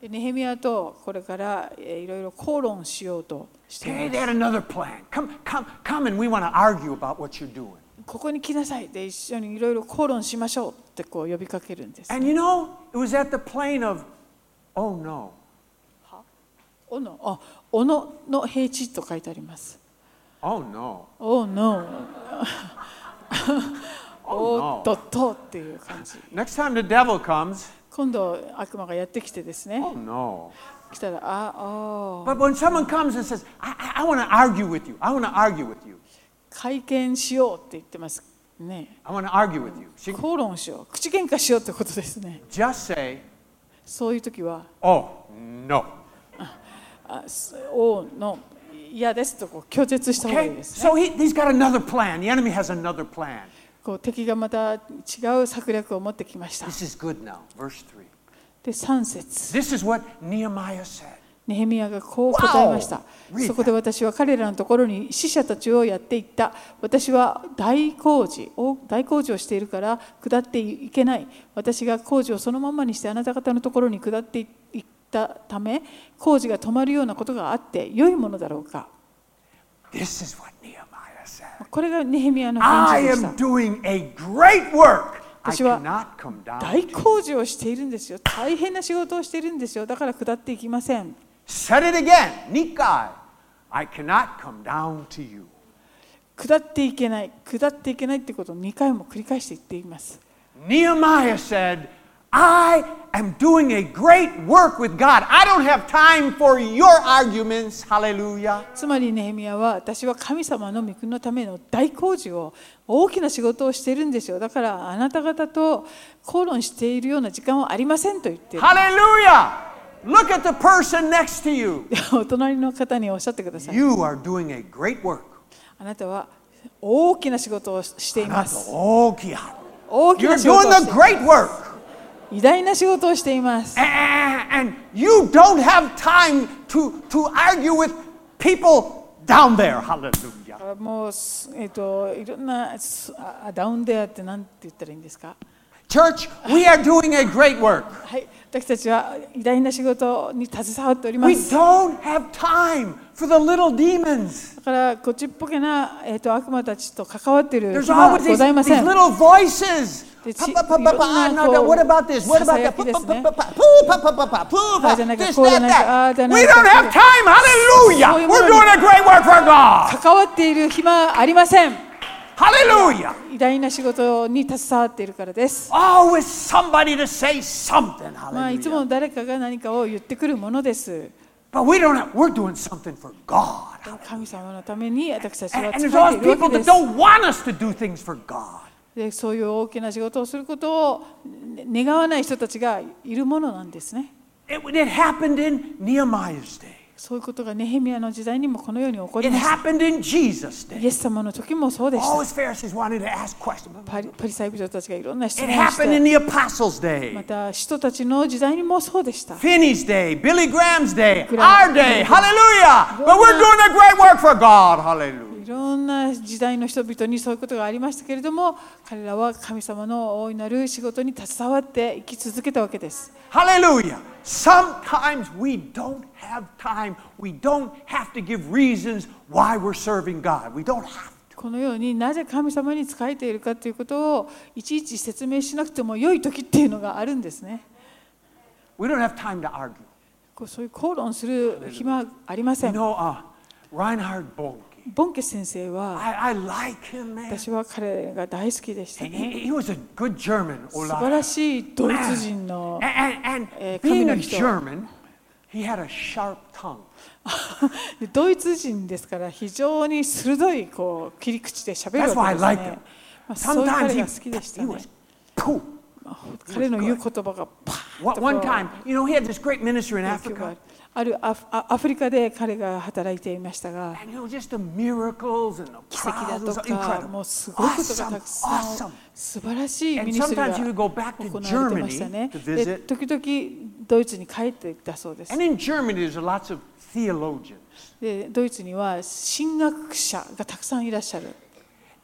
[SPEAKER 2] でネヘミヤとこれからえーいろいろ口論しようとしてい
[SPEAKER 1] Okay,
[SPEAKER 2] ま
[SPEAKER 1] they had
[SPEAKER 2] す
[SPEAKER 1] another plan. Come, come, come, and we want to argue about what you're doing.
[SPEAKER 2] ここに来なさいで一緒にいろいろ口論しましょうってこう呼びかけるんです。
[SPEAKER 1] And you know, it was at the plane of, oh no.
[SPEAKER 2] おのあおのの平地と書いてあります。
[SPEAKER 1] Oh no.
[SPEAKER 2] おの
[SPEAKER 1] Oh
[SPEAKER 2] おっ
[SPEAKER 1] no.
[SPEAKER 2] とっとっていう感じ。
[SPEAKER 1] Next time the devil comes,
[SPEAKER 2] 今度悪魔がやってきてですね
[SPEAKER 1] oh、no.
[SPEAKER 2] 来たらああ
[SPEAKER 1] But when someone comes and says, I, I, I want to argue with you, I want to argue with you,
[SPEAKER 2] 会見しようって言ってますね。
[SPEAKER 1] I want to argue with you, she
[SPEAKER 2] 口論しよう口喧嘩しようってことですね。
[SPEAKER 1] just say,
[SPEAKER 2] そういう時は
[SPEAKER 1] oh no.
[SPEAKER 2] あす王の嫌ですとこう拒絶した方がいい
[SPEAKER 1] Okay?
[SPEAKER 2] ですね。
[SPEAKER 1] So he, he's got another plan. The enemy has another plan.
[SPEAKER 2] こう敵がまた違う策略を持ってきました。
[SPEAKER 1] This is good now. Verse 3.
[SPEAKER 2] で3節
[SPEAKER 1] This is what Nehemiah said.
[SPEAKER 2] ネヘミヤがこう答えました
[SPEAKER 1] Wow! Read that.
[SPEAKER 2] そこで私は彼らのところに死者たちをやっていった私は大工事を大工事をしているから下っていけない私が工事をそのままにしてあなた方のところに下っていったため工事が止まるようなことがあって良いものだろうか
[SPEAKER 1] This is what Nehemiah said.
[SPEAKER 2] これがネヘミヤの
[SPEAKER 1] I
[SPEAKER 2] 返事でした
[SPEAKER 1] am doing a great work. I
[SPEAKER 2] 私は
[SPEAKER 1] cannot come down.
[SPEAKER 2] 大工事をしているんですよ大変な仕事をしているんですよだから下っていきません
[SPEAKER 1] Said it again, Nikai. I cannot come down to you.
[SPEAKER 2] 下っていけない下っていけないってことを2回も繰り返して言っています
[SPEAKER 1] Nehemiah said, I am doing a great work with God. I don't have time for your arguments. Hallelujah.
[SPEAKER 2] つまりネヘミヤは私は神様の御国のための大工事を大きな仕事をしているんですよだからあなた方と口論しているような時間はありませんと言ってる
[SPEAKER 1] Hallelujah. Look at the person next to you.
[SPEAKER 2] お隣の方におっしゃってください
[SPEAKER 1] You are doing a great work.
[SPEAKER 2] あなたは大きな仕事をしています
[SPEAKER 1] You're
[SPEAKER 2] 大きな
[SPEAKER 1] doing
[SPEAKER 2] 仕事をし
[SPEAKER 1] the
[SPEAKER 2] て
[SPEAKER 1] great work.
[SPEAKER 2] 偉大な仕事をしています
[SPEAKER 1] And and you don't have time to, to argue with people down there. Hallelujah.
[SPEAKER 2] あもうす、えっといろんなすああダウンデアって何て言ったらいいんですか
[SPEAKER 1] Church, we are doing a great work.
[SPEAKER 2] はい私たちは偉大な仕事に携わっておりま
[SPEAKER 1] We
[SPEAKER 2] すだ
[SPEAKER 1] don't have time for the little demons.
[SPEAKER 2] からこっちっぽけな、えっと悪魔たちと関わっている
[SPEAKER 1] There's
[SPEAKER 2] 暇
[SPEAKER 1] always
[SPEAKER 2] はご
[SPEAKER 1] these,
[SPEAKER 2] ざいませ
[SPEAKER 1] these
[SPEAKER 2] ん
[SPEAKER 1] little voices.
[SPEAKER 2] で、
[SPEAKER 1] Pa,
[SPEAKER 2] ち-
[SPEAKER 1] pa, pa, pa, pa,
[SPEAKER 2] いろんな、
[SPEAKER 1] ah, no,
[SPEAKER 2] こう、
[SPEAKER 1] that- What about this? What about that? Pa,
[SPEAKER 2] ささやきですね。
[SPEAKER 1] pa, pa, pa, pa, poo, pa, pa, pa, pa, poo, pa,
[SPEAKER 2] ああじゃなくて、
[SPEAKER 1] this,
[SPEAKER 2] こうじゃ
[SPEAKER 1] that,
[SPEAKER 2] なくて、
[SPEAKER 1] that.
[SPEAKER 2] ああじゃなくて、
[SPEAKER 1] We don't have time. Hallelujah.
[SPEAKER 2] そういうもの
[SPEAKER 1] We're
[SPEAKER 2] に-
[SPEAKER 1] doing a great work for God.
[SPEAKER 2] 関わっている暇はありません
[SPEAKER 1] Hallelujah.
[SPEAKER 2] 偉大な仕事に携わっているからです
[SPEAKER 1] Always somebody to say something.
[SPEAKER 2] まあいつ
[SPEAKER 1] Hallelujah.
[SPEAKER 2] も誰かが何かを言ってくるものです
[SPEAKER 1] But we don't have, we're doing something for God.
[SPEAKER 2] 神様のために私たち
[SPEAKER 1] And,
[SPEAKER 2] は
[SPEAKER 1] and
[SPEAKER 2] 使
[SPEAKER 1] there's
[SPEAKER 2] っ
[SPEAKER 1] always
[SPEAKER 2] ているわ
[SPEAKER 1] people
[SPEAKER 2] け
[SPEAKER 1] that
[SPEAKER 2] です
[SPEAKER 1] don't want us to do things for God.
[SPEAKER 2] でそういう大きな仕事をすることをね願わない人たちがいるものなんですね。
[SPEAKER 1] It, it happened in Nehemiah's day.
[SPEAKER 2] そういうことがネヘミヤの時代にもこのように起こり
[SPEAKER 1] It
[SPEAKER 2] ました。
[SPEAKER 1] happened in Jesus' day.
[SPEAKER 2] イエス様の時もそうでし
[SPEAKER 1] All
[SPEAKER 2] た。
[SPEAKER 1] his Pharisees wanted to ask questions.
[SPEAKER 2] パリパリサイ人たちがいろんな質
[SPEAKER 1] It
[SPEAKER 2] 問をし
[SPEAKER 1] happened in
[SPEAKER 2] て、
[SPEAKER 1] the apostles' day,
[SPEAKER 2] また人たちの時代にもそうでした。
[SPEAKER 1] Finney's day, Billy Graham's day,
[SPEAKER 2] Graham.
[SPEAKER 1] our day. Hallelujah! But we're doing a great work for God. Hallelujah.
[SPEAKER 2] いろんな時代の人々にそういうことがありましたけれども、彼らは神様の大いなる仕事に携わって生き続けたわけです。
[SPEAKER 1] Hallelujah. Sometimes we don't have time. We don't have to give reasons why we're serving God. We don't have to.
[SPEAKER 2] このようになぜ神様に仕えているかということをいちいち説明しなくても良い時っていうのがあるんですね。
[SPEAKER 1] We don't have time to argue.
[SPEAKER 2] こうそういう口論する暇はありませ
[SPEAKER 1] You
[SPEAKER 2] ん。
[SPEAKER 1] know, uh, Reinhard Bonnke.
[SPEAKER 2] ボンケス先生は
[SPEAKER 1] I, I like him, man.
[SPEAKER 2] 私は彼が大好きでした
[SPEAKER 1] He,
[SPEAKER 2] ね。
[SPEAKER 1] he- he was a good German.
[SPEAKER 2] 素
[SPEAKER 1] Olaf.
[SPEAKER 2] 晴らしいドイツ人の
[SPEAKER 1] And, and, and being a
[SPEAKER 2] Eh, 神の人。
[SPEAKER 1] German, he had a sharp tongue.
[SPEAKER 2] ドイツ人ですから非常に鋭いこう切り口で喋る
[SPEAKER 1] That's
[SPEAKER 2] わ
[SPEAKER 1] why I like
[SPEAKER 2] けですね
[SPEAKER 1] him.。
[SPEAKER 2] まあ、そうい
[SPEAKER 1] Sometimes
[SPEAKER 2] う彼
[SPEAKER 1] he,
[SPEAKER 2] が好きでした
[SPEAKER 1] he
[SPEAKER 2] ね
[SPEAKER 1] was。cool.
[SPEAKER 2] 彼の言う言葉がパーッ
[SPEAKER 1] One,
[SPEAKER 2] と
[SPEAKER 1] one
[SPEAKER 2] こう
[SPEAKER 1] time, you know, he had this great ministry in
[SPEAKER 2] 影響があ
[SPEAKER 1] Africa.
[SPEAKER 2] るあるアフアアフリカで彼が働いていましたが
[SPEAKER 1] And you know, just the miracles and the
[SPEAKER 2] 奇跡
[SPEAKER 1] crowds,
[SPEAKER 2] だと
[SPEAKER 1] it was
[SPEAKER 2] か
[SPEAKER 1] incredible.
[SPEAKER 2] もうすごいことがた
[SPEAKER 1] Awesome,
[SPEAKER 2] くさん
[SPEAKER 1] awesome.
[SPEAKER 2] 素晴らしい
[SPEAKER 1] And
[SPEAKER 2] ミニストリ
[SPEAKER 1] sometimes he would go
[SPEAKER 2] ーが
[SPEAKER 1] back to
[SPEAKER 2] 行われてましたね
[SPEAKER 1] Germany to
[SPEAKER 2] で
[SPEAKER 1] visit.
[SPEAKER 2] 時々ドイツに帰っていったそうです
[SPEAKER 1] And in Germany, there's lots of theologians.
[SPEAKER 2] でドイツには神学者がたくさんいらっしゃる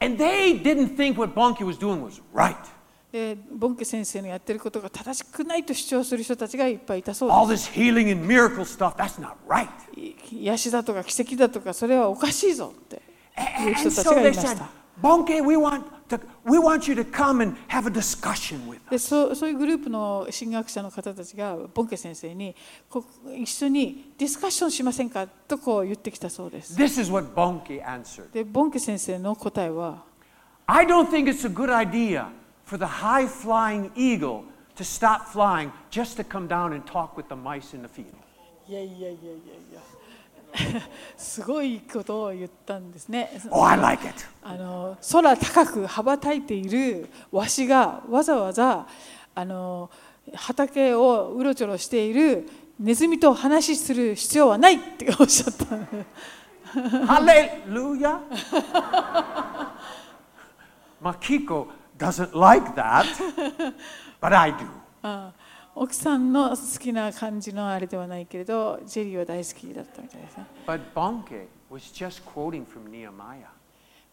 [SPEAKER 1] And they didn't think what Bonnke was doing was right.
[SPEAKER 2] でボンケ先生のやってることが正しくないと主張する人たちがいっぱいいたそう
[SPEAKER 1] All
[SPEAKER 2] で
[SPEAKER 1] this healing and miracle stuff, that's not right.
[SPEAKER 2] すい癒しだとか奇跡だとかそれはおかしいぞっていう
[SPEAKER 1] And,
[SPEAKER 2] 人
[SPEAKER 1] and
[SPEAKER 2] たち
[SPEAKER 1] so
[SPEAKER 2] がい
[SPEAKER 1] they
[SPEAKER 2] ま
[SPEAKER 1] said,
[SPEAKER 2] した
[SPEAKER 1] Bonke, we want, to, we want you to come and have a discussion with us.
[SPEAKER 2] でそうそういうグループの神学者の方たちがボンケ先生にこ一緒にディスカッションしませんかとこう言ってきたそうです
[SPEAKER 1] This is what Bonke answered.
[SPEAKER 2] でボンケ先生の答えは
[SPEAKER 1] I don't think it's a good idea for the high flying eagle to stop flying just to come down and talk with the mice in the field.
[SPEAKER 2] いやいやいやいやいや すごいことを言ったんですね
[SPEAKER 1] Oh, I like it.
[SPEAKER 2] あの空高く羽ばたいているわしがわざわざあの畑をうろちょろしているネズミと話しする必要はないっておっしゃった
[SPEAKER 1] Hallelujah. Makiko doesn't like that, but I do.
[SPEAKER 2] あ 奥さんの好きな感じのあれではないけれど、ジェリーは大好きだったみたいですね。
[SPEAKER 1] But Bonke was just quoting from Nehemiah.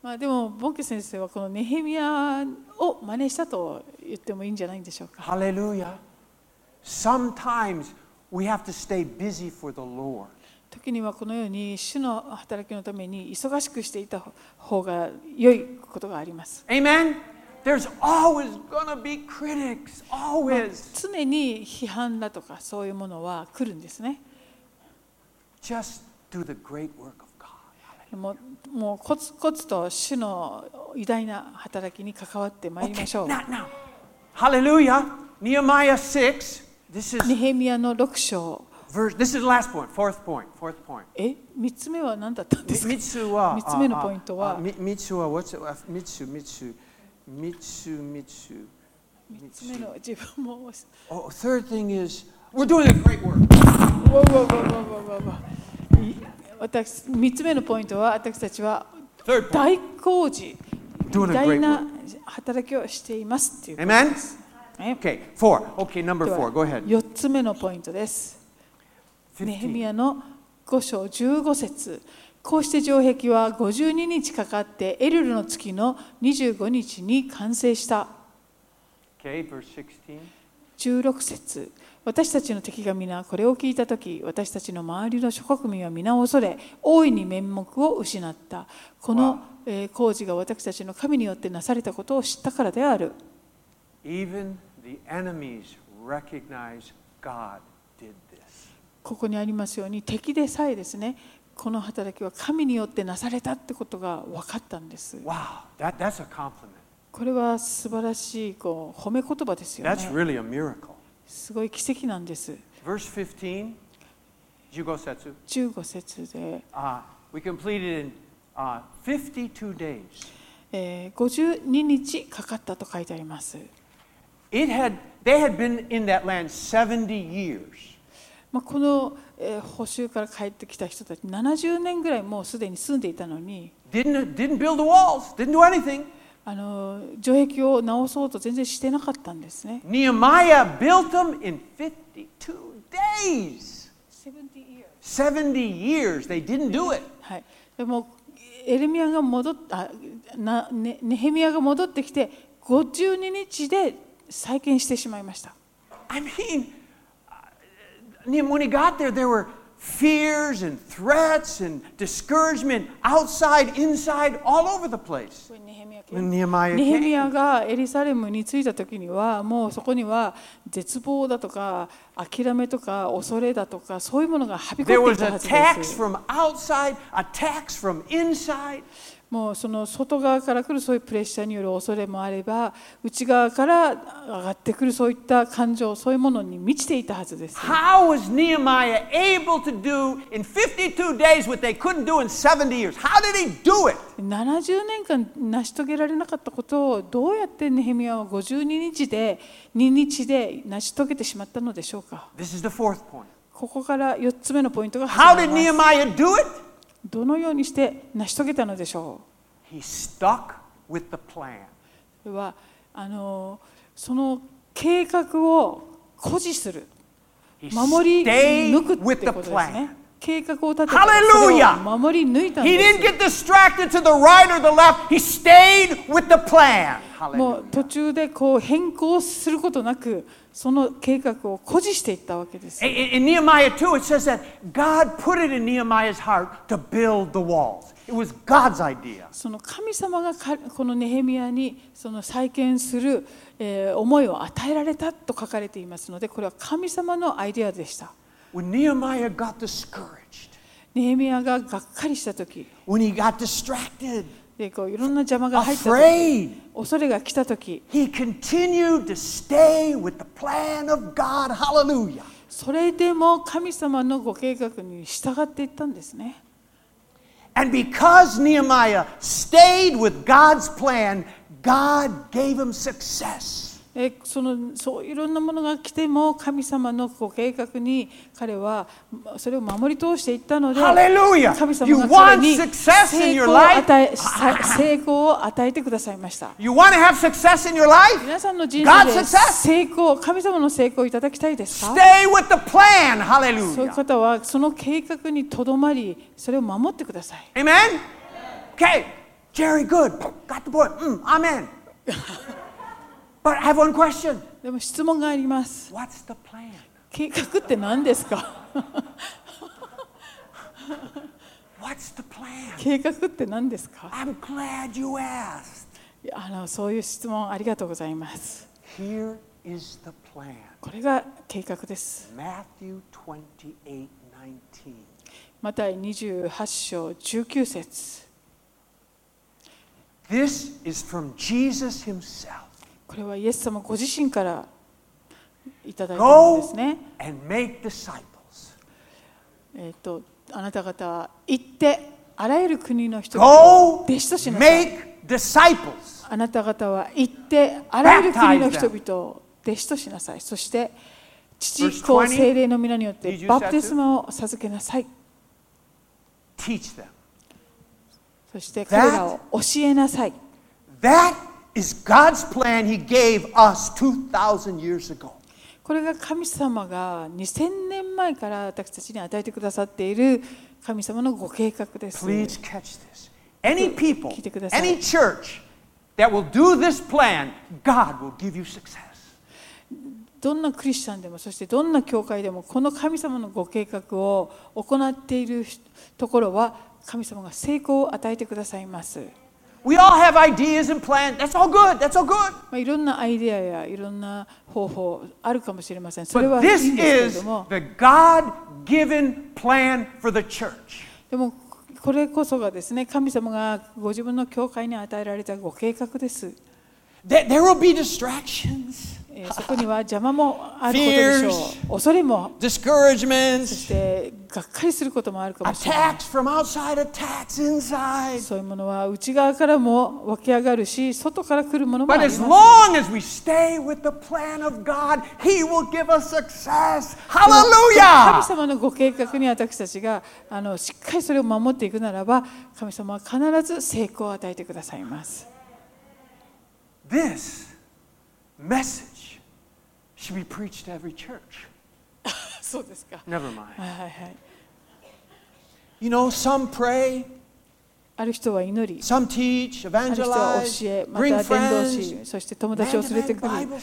[SPEAKER 2] まあ、でも、ボンケ先生はこのネヘミヤを真似したと言ってもいいんじゃないんでしょうか。
[SPEAKER 1] Hallelujah. Sometimes we have to stay busy for the Lord.
[SPEAKER 2] 時にはこのように主の働きのために忙しくしていた方が良いことがあります。
[SPEAKER 1] Amen? There's always going to be critics, always.
[SPEAKER 2] 常に批判だとかそういうものは来るんですね。
[SPEAKER 1] Just do the great work of God.
[SPEAKER 2] もうもうコツコツと主の偉大な働きに関わってまいりましょう。
[SPEAKER 1] Not now. Hallelujah. Nehemiah 6. This
[SPEAKER 2] ネ
[SPEAKER 1] is
[SPEAKER 2] ヘミヤの6章。
[SPEAKER 1] verse this is the last point, fourth point, fourth point. uh,
[SPEAKER 2] え、3つ目は何だったんですか
[SPEAKER 1] Mitsu wa.
[SPEAKER 2] 三つ目のポイントは
[SPEAKER 1] Mitsu wa. What's it? uh, Mitsu, Mitsu. Mitsu, Mitsu.
[SPEAKER 2] 3つ目の自分も。
[SPEAKER 1] Oh, third thing is we're doing a great work.
[SPEAKER 2] わわわわわわわい私3つ目のポイントは私たちは
[SPEAKER 1] Third point.
[SPEAKER 2] 大工事、
[SPEAKER 1] Doing a
[SPEAKER 2] 偉
[SPEAKER 1] great
[SPEAKER 2] 大な働きをしていますっていうことです。はい
[SPEAKER 1] Okay, four. Okay, number
[SPEAKER 2] では
[SPEAKER 1] four. Go ahead.
[SPEAKER 2] 4つ目のポイントです。ネヘミヤの5章15節こうして城壁は52日かかってエルルの月の25日に完成した。
[SPEAKER 1] Okay, verse 16.
[SPEAKER 2] 16節私たちの敵が皆これを聞いた時私たちの周りの諸国民は皆恐れ大いに面目を失ったこ
[SPEAKER 1] わ
[SPEAKER 2] の、えー工事が私たちの神によってなされたことを知ったからである
[SPEAKER 1] Even the enemies recognize God did this.
[SPEAKER 2] ここにありますように敵でさえですねこの働きは神によってなされたってことが分かったんです
[SPEAKER 1] Wow, that, that's a compliment.
[SPEAKER 2] これは素晴らしいこう褒め言葉ですよ
[SPEAKER 1] That's
[SPEAKER 2] ね
[SPEAKER 1] really a miracle.
[SPEAKER 2] すごい奇跡なんです
[SPEAKER 1] Verse 15, Jugosetsu.
[SPEAKER 2] 15節で
[SPEAKER 1] Uh, we completed in uh, 52 days.
[SPEAKER 2] えー52日かかったと書いてあります
[SPEAKER 1] It had, they had been in that land 70 years.
[SPEAKER 2] まあ、この、えー補修から帰ってきた人たち70年ぐらいもうすでに住んでいたのに
[SPEAKER 1] Didn't, didn't build the walls, didn't do anything.
[SPEAKER 2] あの城壁を直そうと全然してなかったんですね。
[SPEAKER 1] Nehemiah built them in 52 days. 70 years, they didn't do it.
[SPEAKER 2] はい、でもエレミアが戻っあな、ね、ネヘミヤが戻ってきて52日で再建してしまいました。
[SPEAKER 1] I mean, uh, when he got there, there were fears and threats and discouragement outside, inside, all over the place. When Nehemiah
[SPEAKER 2] ネヘミ
[SPEAKER 1] came,
[SPEAKER 2] ヤがエリサレムに着いた時にはもうそこには絶望だとか諦めとか恐れだとかそういうものがはびこ
[SPEAKER 1] there
[SPEAKER 2] って
[SPEAKER 1] was
[SPEAKER 2] いたはずで
[SPEAKER 1] attacks
[SPEAKER 2] す。
[SPEAKER 1] from outside, attacks from inside.
[SPEAKER 2] もうその外側から来るそういうプレッシャーによる恐れもあれば内側から上がってくるそういった感情そういうものに満ちていたはずです
[SPEAKER 1] How was Nehemiah able to do in 52 days what they couldn't do in 70 years? How did he do it?
[SPEAKER 2] 70年間成し遂げられなかったことをどうやってネヘミヤは52日で2日で成し遂げてしまったのでしょうか
[SPEAKER 1] This is the fourth point.
[SPEAKER 2] ここから4つ目のポイントが
[SPEAKER 1] How
[SPEAKER 2] 始ま
[SPEAKER 1] did
[SPEAKER 2] ります
[SPEAKER 1] Nehemiah do it?
[SPEAKER 2] どのようにして成し遂げたのでしょ
[SPEAKER 1] He stuck with the plan.
[SPEAKER 2] うこれはあのその計画を誇示する
[SPEAKER 1] He
[SPEAKER 2] 守り
[SPEAKER 1] stayed
[SPEAKER 2] 抜くってこ
[SPEAKER 1] with the
[SPEAKER 2] とです
[SPEAKER 1] plan.
[SPEAKER 2] ね。計画を立てて
[SPEAKER 1] Hallelujah!
[SPEAKER 2] それを守り抜いたん
[SPEAKER 1] He
[SPEAKER 2] で
[SPEAKER 1] didn't
[SPEAKER 2] す。
[SPEAKER 1] get distracted to the right or the left. He stayed with the plan.
[SPEAKER 2] もう
[SPEAKER 1] Hallelujah.
[SPEAKER 2] 途中でこう変更することなくその計画を誇示していったわけです
[SPEAKER 1] In,。in Nehemiah 2, it says that God put it in Nehemiah's heart to build the walls. It was God's idea.
[SPEAKER 2] その神様がかこのネヘミヤにその再建する、えー思いを与えられたと書かれていますのでこれは神様のアイデアでした。
[SPEAKER 1] When Nehemiah got discouraged,
[SPEAKER 2] ネヘミヤががっかりした時
[SPEAKER 1] when he got distracted,
[SPEAKER 2] でこういろんな邪魔が入った時
[SPEAKER 1] afraid,
[SPEAKER 2] 恐れが来た時
[SPEAKER 1] he continued to stay with the plan of God. Hallelujah.
[SPEAKER 2] それでも神様のご計画に従っていったんですね。
[SPEAKER 1] And because Nehemiah stayed with God's plan, God gave him success.
[SPEAKER 2] でえーそのそういろんなものが来ても神様のご計画に彼はまそれを守り通していったので
[SPEAKER 1] Hallelujah!
[SPEAKER 2] 神
[SPEAKER 1] You
[SPEAKER 2] 様が彼
[SPEAKER 1] want
[SPEAKER 2] に
[SPEAKER 1] success in
[SPEAKER 2] 成
[SPEAKER 1] your
[SPEAKER 2] 功を
[SPEAKER 1] life?
[SPEAKER 2] 与えさ 成功を与えてくださいました。
[SPEAKER 1] You want to have success in your life?
[SPEAKER 2] 皆さんの人
[SPEAKER 1] God's
[SPEAKER 2] 生で
[SPEAKER 1] success.
[SPEAKER 2] 成功、神様の成功をいただきたいですか
[SPEAKER 1] Stay with the plan.
[SPEAKER 2] そういう
[SPEAKER 1] Hallelujah.
[SPEAKER 2] 方はその計画にとどまり、それを守ってください。
[SPEAKER 1] Amen? Okay. Jerry, good. Got the point. Mm, amen. but I have one question.
[SPEAKER 2] でも質問があります。
[SPEAKER 1] What's the plan?
[SPEAKER 2] 計画って何ですか
[SPEAKER 1] What's the plan?
[SPEAKER 2] 計画って何ですか
[SPEAKER 1] I'm glad you asked.
[SPEAKER 2] いやあのそういう質問ありがとうございます。
[SPEAKER 1] Here is the plan.
[SPEAKER 2] これが計画です。
[SPEAKER 1] Matthew 28 19.
[SPEAKER 2] マタイ28章19節
[SPEAKER 1] This is from Jesus himself.
[SPEAKER 2] これはイエス様ご自身からいただいたものですね。
[SPEAKER 1] and make disciples.
[SPEAKER 2] えっ、とあなた方行ってあらゆる国の人々を
[SPEAKER 1] Go
[SPEAKER 2] 弟子としなさい。
[SPEAKER 1] make disciples.
[SPEAKER 2] あなた方は行ってあらゆる国の人々を弟子としなさい。そして父
[SPEAKER 1] Verse 20
[SPEAKER 2] 子聖霊の皆によって
[SPEAKER 1] 20
[SPEAKER 2] バプテスマを授けなさい。
[SPEAKER 1] Teach them.
[SPEAKER 2] そして彼らを教えなさい。
[SPEAKER 1] That is God's plan He gave us 2,000 years ago.
[SPEAKER 2] これが神様が2000年前から私たちに与えてくださっている神様のご計画です。
[SPEAKER 1] Please catch this. Any people,
[SPEAKER 2] 聞いてください。
[SPEAKER 1] any church that will do this plan, God will give you success.
[SPEAKER 2] どんなクリスチャンでもそしてどんな教会でもこの神様のご計画を行っているところは神様が成功を与えてくださいます。
[SPEAKER 1] We all have ideas and plans. That's all good. That's all good.
[SPEAKER 2] まあ、いろんなアイデアやいろんな方法あるかもしれません。それ
[SPEAKER 1] But
[SPEAKER 2] はいい
[SPEAKER 1] this
[SPEAKER 2] んですけれ
[SPEAKER 1] is
[SPEAKER 2] ども、
[SPEAKER 1] the God given plan for the church.
[SPEAKER 2] でもこれこそがですね、神様がご自分の教会に与えられたご計画です。
[SPEAKER 1] There there will be distractions,
[SPEAKER 2] えーそこには邪魔もあることでしょう。恐れも、そし
[SPEAKER 1] discouragements,
[SPEAKER 2] てがっかりすることもあるかもしれない。
[SPEAKER 1] attacks from outside, attacks inside.
[SPEAKER 2] そういうものは内側からも湧き上がるし、外から来るものもあ
[SPEAKER 1] But
[SPEAKER 2] り
[SPEAKER 1] as
[SPEAKER 2] ます。
[SPEAKER 1] long as we stay with the plan of God, He will give us success.
[SPEAKER 2] 神
[SPEAKER 1] Hallelujah!
[SPEAKER 2] 様のご計画に私たちがあのしっかりそれを守っていくならば神様は必ず成功を与えてくださいます。
[SPEAKER 1] This message should be preached to every church.
[SPEAKER 2] そうですか。
[SPEAKER 1] Never mind.
[SPEAKER 2] はいはいはい。
[SPEAKER 1] You know, some pray,
[SPEAKER 2] ある人は祈り、
[SPEAKER 1] some teach,
[SPEAKER 2] ある人は
[SPEAKER 1] evangelize,
[SPEAKER 2] 教え、ま
[SPEAKER 1] bring
[SPEAKER 2] た伝道
[SPEAKER 1] friends,
[SPEAKER 2] 師、そして友達を連れて
[SPEAKER 1] man-to-man
[SPEAKER 2] く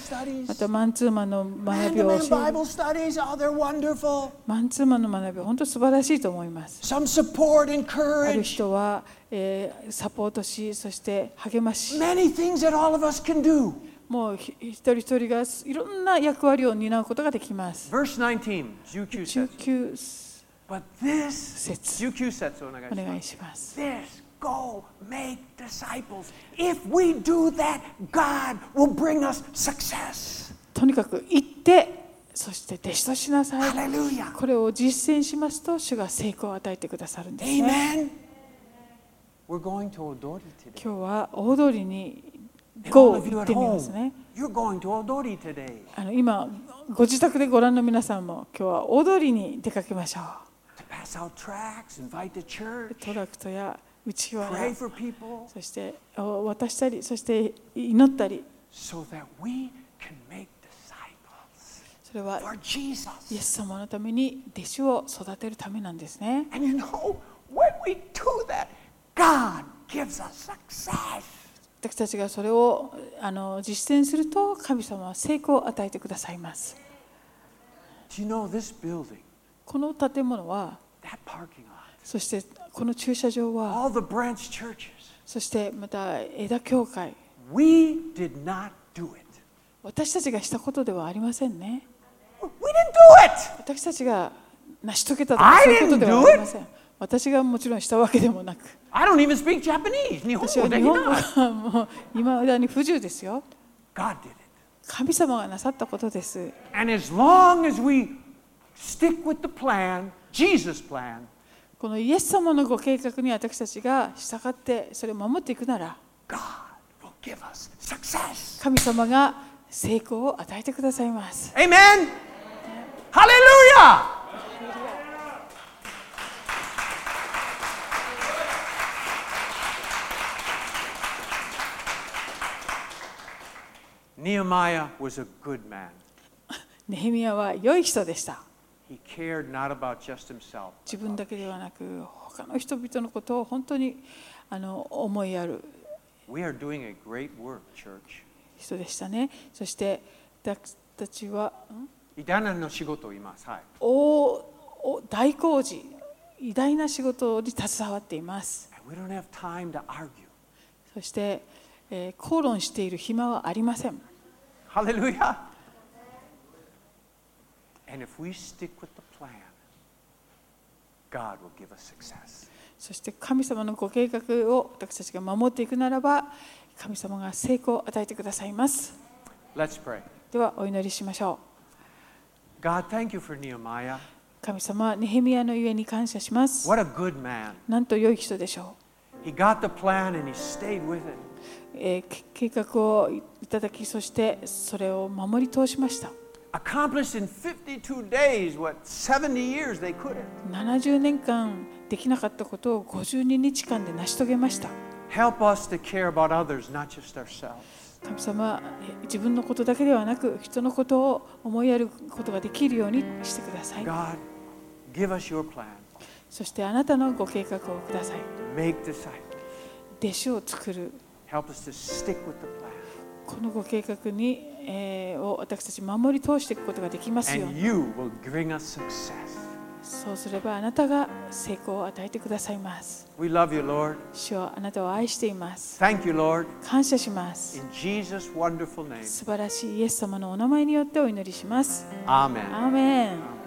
[SPEAKER 2] る、
[SPEAKER 1] Bible
[SPEAKER 2] ま
[SPEAKER 1] studies.
[SPEAKER 2] たマンツーマンの学びを
[SPEAKER 1] Man-to-man
[SPEAKER 2] 教える、
[SPEAKER 1] Bible studies, oh, they're wonderful.
[SPEAKER 2] マンツーマンの学びは本当に素晴らしいと思います。
[SPEAKER 1] Some support,
[SPEAKER 2] ある
[SPEAKER 1] encourage,
[SPEAKER 2] 人は、えーサポートし、そして励まし、
[SPEAKER 1] many things that all of us can do.
[SPEAKER 2] もうひ一人一人がいろんな役割を担うことができます。
[SPEAKER 1] Verse 19, 19 says,
[SPEAKER 2] 19
[SPEAKER 1] But this, "Oh
[SPEAKER 2] 節、
[SPEAKER 1] 19節お願いします。
[SPEAKER 2] お願いします。
[SPEAKER 1] this go make disciples if we do that god will bring us success
[SPEAKER 2] とにかく行って、そして弟子としなさい。
[SPEAKER 1] hallelujah
[SPEAKER 2] これを実践しますと、主が成功を与えてくださるんですね。
[SPEAKER 1] amen we're going to odori today
[SPEAKER 2] 今日は大通りに
[SPEAKER 1] And
[SPEAKER 2] ゴ
[SPEAKER 1] all
[SPEAKER 2] ー
[SPEAKER 1] of you
[SPEAKER 2] 行っ
[SPEAKER 1] at
[SPEAKER 2] てみます
[SPEAKER 1] home
[SPEAKER 2] ね。
[SPEAKER 1] you're going to odori today
[SPEAKER 2] あの今ご自宅でご覧の皆さんも今日は大通りに出かけましょ
[SPEAKER 1] to pass out tracts invite the
[SPEAKER 2] う。
[SPEAKER 1] church
[SPEAKER 2] トラクトや内輪
[SPEAKER 1] pray
[SPEAKER 2] や
[SPEAKER 1] for people
[SPEAKER 2] そしてお渡したりそして祈ったり
[SPEAKER 1] so that we can make disciples
[SPEAKER 2] それは
[SPEAKER 1] for
[SPEAKER 2] イエ
[SPEAKER 1] jesus
[SPEAKER 2] ス様のために弟子を育てるためなんですね。
[SPEAKER 1] and you know when we do that god gives us success
[SPEAKER 2] 私たちがそれをあの実践すると神様は成功を与えてくださいます。
[SPEAKER 1] do you know this building
[SPEAKER 2] この建物は
[SPEAKER 1] that parking lot,
[SPEAKER 2] そしてこの駐車場は
[SPEAKER 1] all the branch churches,
[SPEAKER 2] そしてまた枝教会
[SPEAKER 1] we did not do it.
[SPEAKER 2] 私たちがしたことではありませんね。
[SPEAKER 1] We didn't do it.
[SPEAKER 2] 私たちが成し遂げたと
[SPEAKER 1] I
[SPEAKER 2] かそういうことではありません。私がもちろんしたわけでもなく、
[SPEAKER 1] I don't even speak Japanese. 日本
[SPEAKER 2] 私は
[SPEAKER 1] 語で
[SPEAKER 2] 日
[SPEAKER 1] き
[SPEAKER 2] 本語
[SPEAKER 1] ない
[SPEAKER 2] がもう今だに不自由ですよ。
[SPEAKER 1] God did it.
[SPEAKER 2] 神様がなさったことです。
[SPEAKER 1] And as long as we stick with the plan, Jesus' plan,
[SPEAKER 2] このイエス様のご計画に私たちが従ってそれを守っていくなら、
[SPEAKER 1] God will give us success.
[SPEAKER 2] 神様が成功を与えてくださいます。
[SPEAKER 1] Amen. Hallelujah. Nehemiah was a good man.
[SPEAKER 2] ネヘミヤは良い人でした。
[SPEAKER 1] He cared not about just himself.
[SPEAKER 2] 自分だけではなく、他の人々のことを本当にあの思いやる
[SPEAKER 1] We are doing a great work, church.
[SPEAKER 2] 人でしたね。そして、私たちは、ん
[SPEAKER 1] 偉大なの仕事を今、はい。
[SPEAKER 2] 大大工事、偉大な仕事に携わっています。
[SPEAKER 1] And we don't have time to argue.
[SPEAKER 2] そして、えー口論している暇はありません。
[SPEAKER 1] Hallelujah. And if we stick with the plan, God will give us success.
[SPEAKER 2] そして神様のご計画を私たちが守っていくならば神様が成功を与えてくださいます
[SPEAKER 1] Let's pray.
[SPEAKER 2] ではお祈りしましょ
[SPEAKER 1] God, thank you for Nehemiah.
[SPEAKER 2] う神様ネヘミヤのゆえに感謝します
[SPEAKER 1] What a good man.
[SPEAKER 2] なんと良い人でしょ
[SPEAKER 1] He got the plan and he stayed with it.
[SPEAKER 2] う、えーけ計画をいただきそしてそれを守り通しました
[SPEAKER 1] Accomplished in 52 days what 70 years they couldn't.
[SPEAKER 2] 70年間できなかったことを52日間で成し遂げました
[SPEAKER 1] Help us to care about others, not just ourselves.
[SPEAKER 2] 神様えー自分のことだけではなく人のことを思いやることができるようにしてください
[SPEAKER 1] God, give us your plan.
[SPEAKER 2] そしてあなたのご計画をください
[SPEAKER 1] Make disciples.
[SPEAKER 2] 弟子を作る
[SPEAKER 1] Help us to stick with the plan.
[SPEAKER 2] このご計画に、えーを私たち守り通していくことができますよう
[SPEAKER 1] And
[SPEAKER 2] に
[SPEAKER 1] you will bring us success.
[SPEAKER 2] そうすればあなたが成功を与えてくださいます
[SPEAKER 1] We love you, Lord.
[SPEAKER 2] 主はあなたを愛しています
[SPEAKER 1] Thank you, Lord.
[SPEAKER 2] 感謝します
[SPEAKER 1] In Jesus' wonderful name.
[SPEAKER 2] 素晴らしいイエス様のお名前によってお祈りします
[SPEAKER 1] Amen.
[SPEAKER 2] アーメン